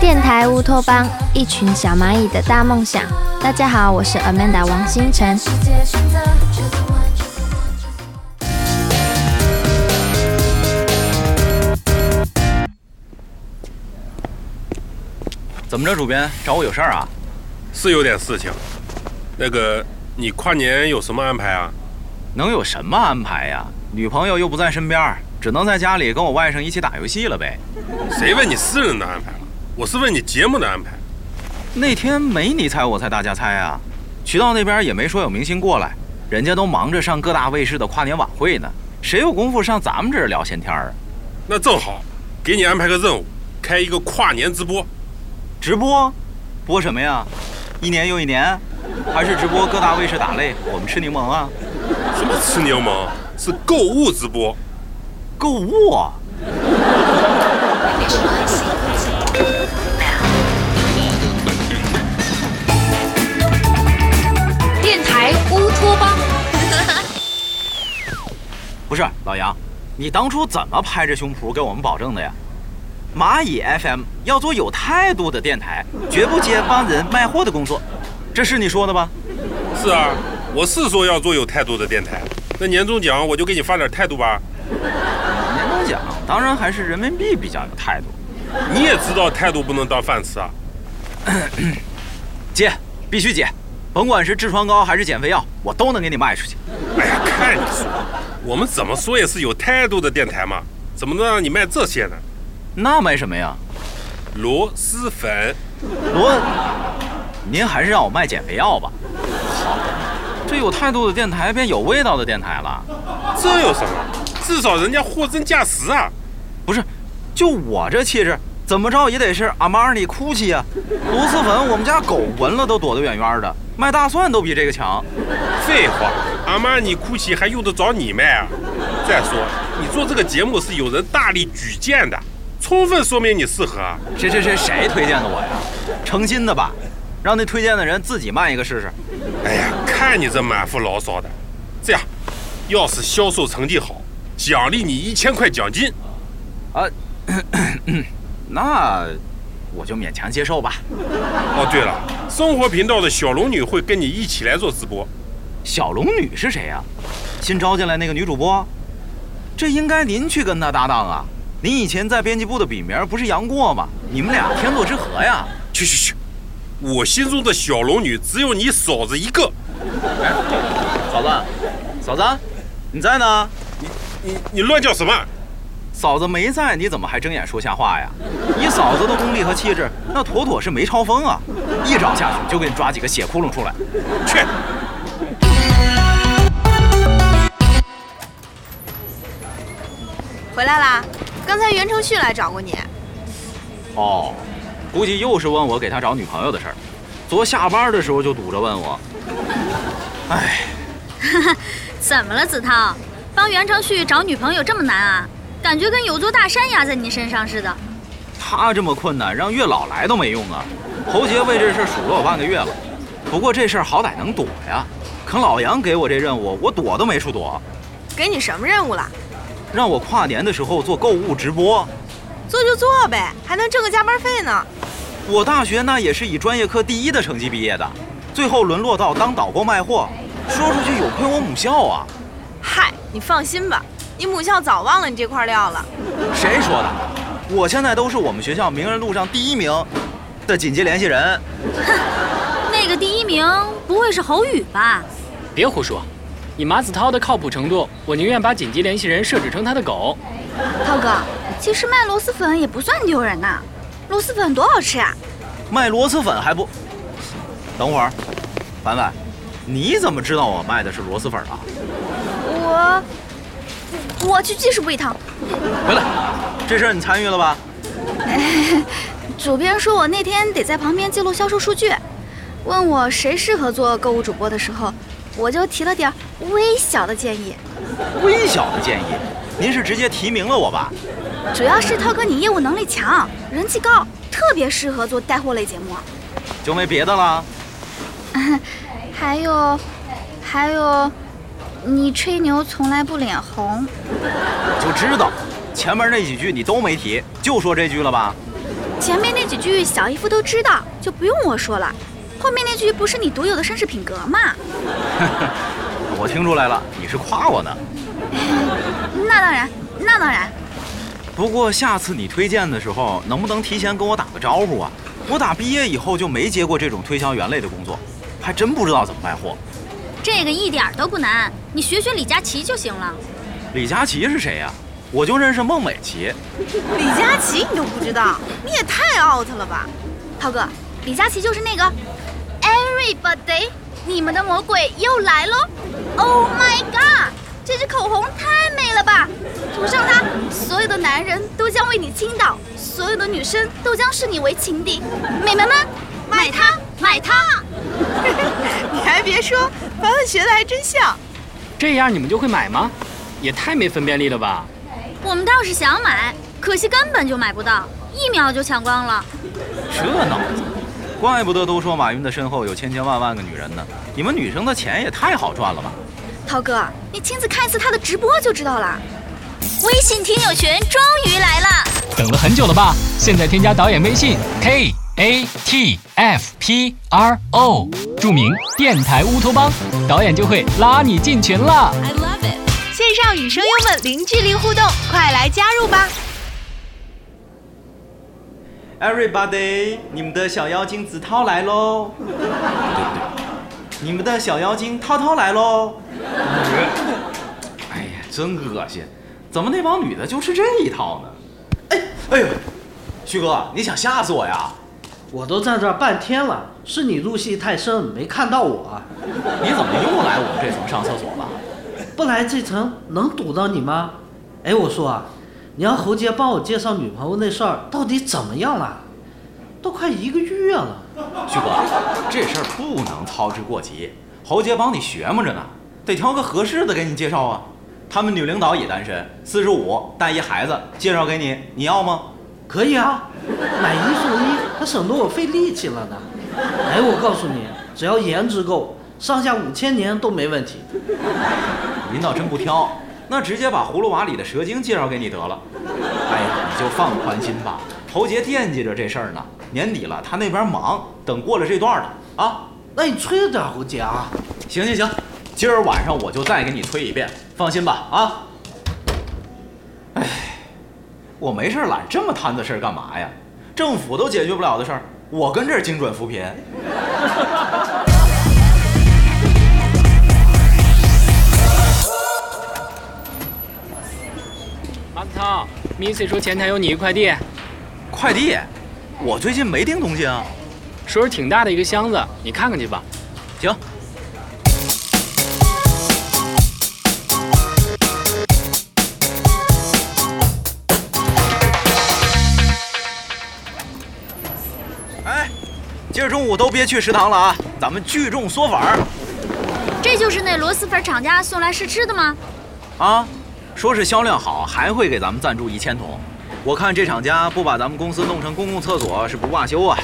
电台乌托邦，一群小蚂蚁的大梦想。大家好，我是 Amanda 王星辰。怎么着，主编找我有事儿啊？是有点事情。那个，你跨年有什么安排啊？能有什么安排呀？女朋友又不在身边，只能在家里跟我外甥一起打游戏了呗。谁问你私人的安排了？我是问你节目的安排。那天没你猜我猜大家猜啊，渠道那边也没说有明星过来，人家都忙着上各大卫视的跨年晚会呢，谁有功夫上咱们这儿聊闲天儿啊？那正好，给你安排个任务，开一个跨年直播。直播，播什么呀？一年又一年，还是直播各大卫视打擂，我们吃柠檬啊？什么吃柠檬？是购物直播。购物啊？电台乌托邦。 不是老杨，你当初怎么拍着胸脯给我们保证的呀？蚂蚁 FM 要做有态度的电台，绝不接帮人卖货的工作，这是你说的吧？是啊，我是说要做有态度的电台。那年终奖我就给你发点态度吧。年终奖当然还是人民币比较有态度，你也知道态度不能当饭吃啊。姐必须姐，甭管是痔疮膏还是减肥药，我都能给你卖出去。哎呀，看你说，我们怎么说也是有态度的电台嘛，怎么能让你卖这些呢？那卖什么呀？螺蛳粉，罗，您还是让我卖减肥药吧。好，这有态度的电台变有味道的电台了。这有什么？至少人家货真价实啊。不是，就我这气质，怎么着也得是阿玛尼、哭泣呀。螺蛳粉，我们家狗闻了都躲得远远的。卖大蒜都比这个强。废话，阿玛尼、哭泣还用得着你卖啊？再说，你做这个节目是有人大力举荐的，充分说明你适合啊。谁谁谁谁推荐的我呀？诚心的吧，让那推荐的人自己卖一个试试。哎呀，看你这满腹牢骚的，这样，要是销售成绩好，奖励你一千块奖金。啊，那我就勉强接受吧。哦，对了，生活频道的小龙女会跟你一起来做直播。小龙女是谁呀、啊新招进来那个女主播？这应该您去跟她搭档啊。您以前在编辑部的笔名不是杨过吗？你们俩天作之合呀。去去去，我心中的小龙女只有你嫂子一个。嫂子，嫂子，你在呢？你你乱叫什么？嫂子没在，你怎么还睁眼说瞎话呀？你嫂子的功力和气质，那妥妥是梅超风啊！一掌下去就给你抓几个血窟窿出来。去。回来啦，刚才袁承旭来找过你，哦，估计又是问我给他找女朋友的事儿。昨下班的时候就堵着问我。哎，怎么了，子韬？帮袁承旭找女朋友这么难啊？感觉跟有座大山压在你身上似的。他这么困难，让月老来都没用啊！侯杰为这事儿数落我半个月了，不过这事儿好歹能躲呀。可老杨给我这任务，我躲都没处躲，给你什么任务了？让我跨年的时候做购物直播。做就做呗，还能挣个加班费呢。我大学那也是以专业课第一的成绩毕业的，最后沦落到当导购卖货，说出去有亏我母校啊！嗨，你放心吧，你母校早忘了你这块料了。谁说的？我现在都是我们学校名人录上第一名的紧急联系人。那个第一名不会是侯宇吧？别胡说！以马子韬的靠谱程度，我宁愿把紧急联系人设置成他的狗。涛哥，其实卖螺蛳粉也不算丢人呐、螺蛳粉多好吃啊！卖螺蛳粉还不……等会儿，凡凡，你怎么知道我卖的是螺蛳粉啊？我，我去技术部一趟。回来，这事儿你参与了吧？主编说我那天得在旁边记录销售数据，问我谁适合做购物主播的时候，我就提了点儿微小的建议。微小的建议，您是直接提名了我吧？主要是涛哥你业务能力强，人气高，特别适合做带货类节目。就没别的了？还有，还有，你吹牛从来不脸红。我就知道，前面那几句你都没提，就说这句了吧？前面那几句小姨夫都知道，就不用我说了。后面那句不是你独有的绅士品格吗？我听出来了，你是夸我呢。那当然，那当然。不过下次你推荐的时候，能不能提前跟我打个招呼啊？我打毕业以后就没接过这种推销员类的工作，还真不知道怎么卖货。这个一点儿都不难，你学学李佳琦就行了。李佳琦是谁呀、我就认识孟美岐。李佳琦你都不知道，你也太 out 了吧！涛哥，李佳琦就是那个 Everybody，你们的魔鬼又来喽！Oh my god，这支口红太美了吧！涂上它，所有的男人都将为你倾倒，所有的女生都将视你为情敌。美眉们，买它，买它！ 你还别说，凡凡学的还真像。这样你们就会买吗？也太没分辨力了吧！我们倒是想买，可惜根本就买不到，一秒就抢光了。这脑子，怪不得都说马云的身后有千千万万个女人呢。你们女生的钱也太好赚了吧？涛哥，你亲自看一次他的直播就知道了。微信听友群终于来了，等了很久了吧？现在添加导演微信 k a t f p r o，注明“电台乌托邦”，导演就会拉你进群啦。线上与声优们零距离互动，快来加入吧！ Everybody，你们的小妖精子涛来喽！对不对？你们的小妖精涛涛来喽！哎呀，真恶心！怎么那帮女的就吃这一套呢？哎，哎呦，旭哥，你想吓死我呀？我都站这儿半天了，是你入戏太深，没看到我。你怎么又来我们这层上厕所了？不来这层能堵到你吗？哎，我说啊，你让侯杰帮我介绍女朋友那事儿到底怎么样了？都快一个月了，旭哥，这事儿不能操之过急。侯杰帮你学摸着呢，得挑个合适的给你介绍啊。他们女领导也单身，四十五，带一孩子，介绍给你，你要吗？可以啊，买一送一，还省得我费力气了呢。哎，我告诉你，只要颜值够，上下五千年都没问题。您倒真不挑，那直接把葫芦娃里的蛇精介绍给你得了。哎呀，你就放宽心吧，侯杰惦记着这事儿呢。年底了，他那边忙，等过了这段儿呢。啊，那你催着点儿，侯杰啊。行行行，今儿晚上我就再给你催一遍，放心吧。啊，哎，我没事儿揽这么摊子事儿干嘛呀？政府都解决不了的事儿，我跟这儿精准扶贫。马子涛，Missy 说前台有你一快递，快递，我最近没订东西啊。说是挺大的一个箱子，你看看去吧。行，哎，今儿中午都别去食堂了啊，咱们聚众缩粉儿这就是那螺蛳粉厂家送来试吃的吗？啊！说是销量好，还会给咱们赞助一千桶。我看这厂家不把咱们公司弄成公共厕所是不罢休啊！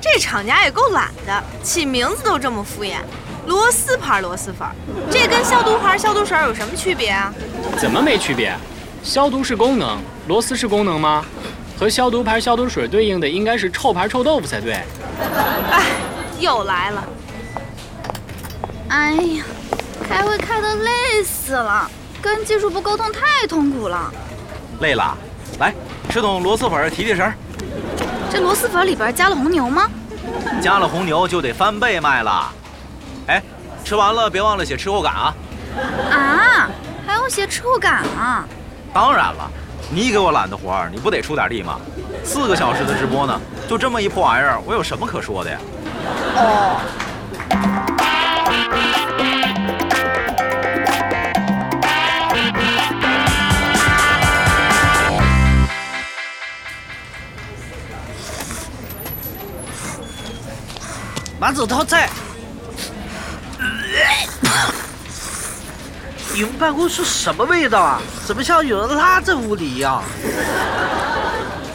这厂家也够懒的，起名字都这么敷衍。螺蛳牌螺蛳粉儿，这跟消毒牌消毒水儿有什么区别啊？怎么没区别？消毒是功能，螺丝是功能吗？和消毒牌、消毒水对应的应该是臭牌、臭豆腐才对。哎，又来了。哎呀，开会开的累死了，跟技术部沟通太痛苦了。累了，来吃桶螺蛳粉儿提提神儿。这螺蛳粉里边加了红牛吗？加了红牛就得翻倍卖了。哎，吃完了别忘了写吃后感啊！啊，还要写触感啊！当然了，你给我揽的活儿，你不得出点力吗？四个小时的直播呢，就这么一破玩意儿，我有什么可说的呀？马子涛在。你们办公室什么味道啊？怎么像有人拉在屋里一样？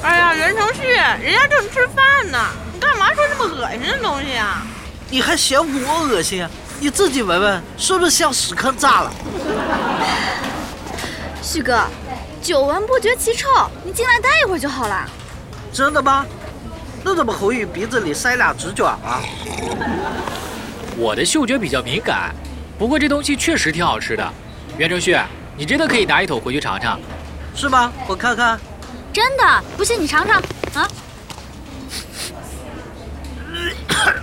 哎呀，袁成旭，人家正吃饭呢，你干嘛说这么恶心的东西啊？你还嫌我恶心？你自己闻闻，是不是像屎坑炸了？旭哥，久闻不觉其臭，你进来待一会儿就好了。真的吗？那怎么侯宇鼻子里塞俩纸卷啊？我的嗅觉比较敏感，不过这东西确实挺好吃的。袁承旭，你真的可以拿一桶回去尝尝。是吗？我看看。真的，不信你尝尝啊！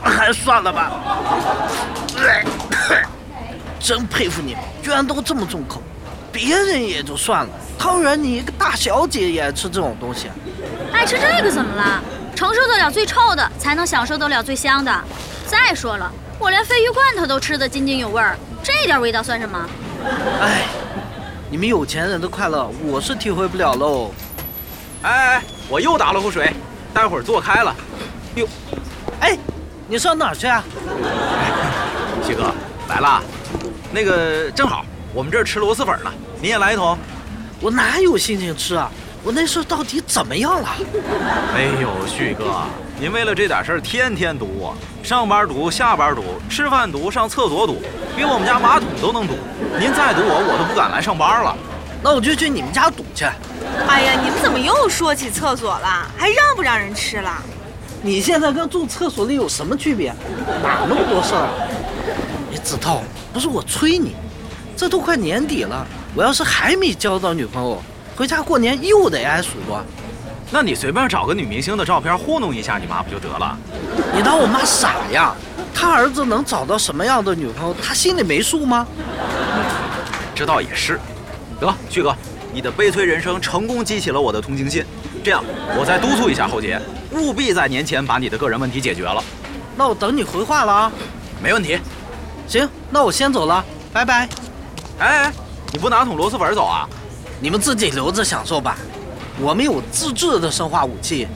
还算了吧。哎真佩服你们，居然都这么重口。别人也就算了，汤圆你一个大小姐也爱吃这种东西，啊爱吃这个怎么了？承受得了最臭的，才能享受得了最香的。再说了，我连鲱鱼罐头都吃得津津有味儿，这点味道算什么？哎，你们有钱人的快乐我是体会不了喽。哎哎，我又打了壶水，待会儿坐开了。哟，哎，你上哪儿去啊？谢哥来啦，那个正好我们这儿吃螺蛳粉呢，您也来一桶。我哪有心情吃啊？我那事儿到底怎么样了？哎呦，旭哥，您为了这点事儿天天堵啊，上班堵，下班堵，吃饭堵，上厕所堵，比我们家马桶都能堵。您再堵我，我都不敢来上班了。那我就去你们家堵去。哎呀，你们怎么又说起厕所了？还让不让人吃了？你现在跟住厕所里有什么区别？哪那么多事儿、啊？哎，子韬，不是我催你，这都快年底了，我要是还没交到女朋友，回家过年又得挨数落。那你随便找个女明星的照片糊弄一下你妈不就得了？你当我妈傻呀？她儿子能找到什么样的女朋友，她心里没数吗？这倒也是。得，旭哥，你的悲催人生成功激起了我的同情心。这样，我再督促一下侯杰，务必在年前把你的个人问题解决了。那我等你回话了啊。没问题。行，那我先走了，拜拜。哎，你不拿桶螺蛳粉走啊？你们自己留着享受吧。我们有自制的生化武器。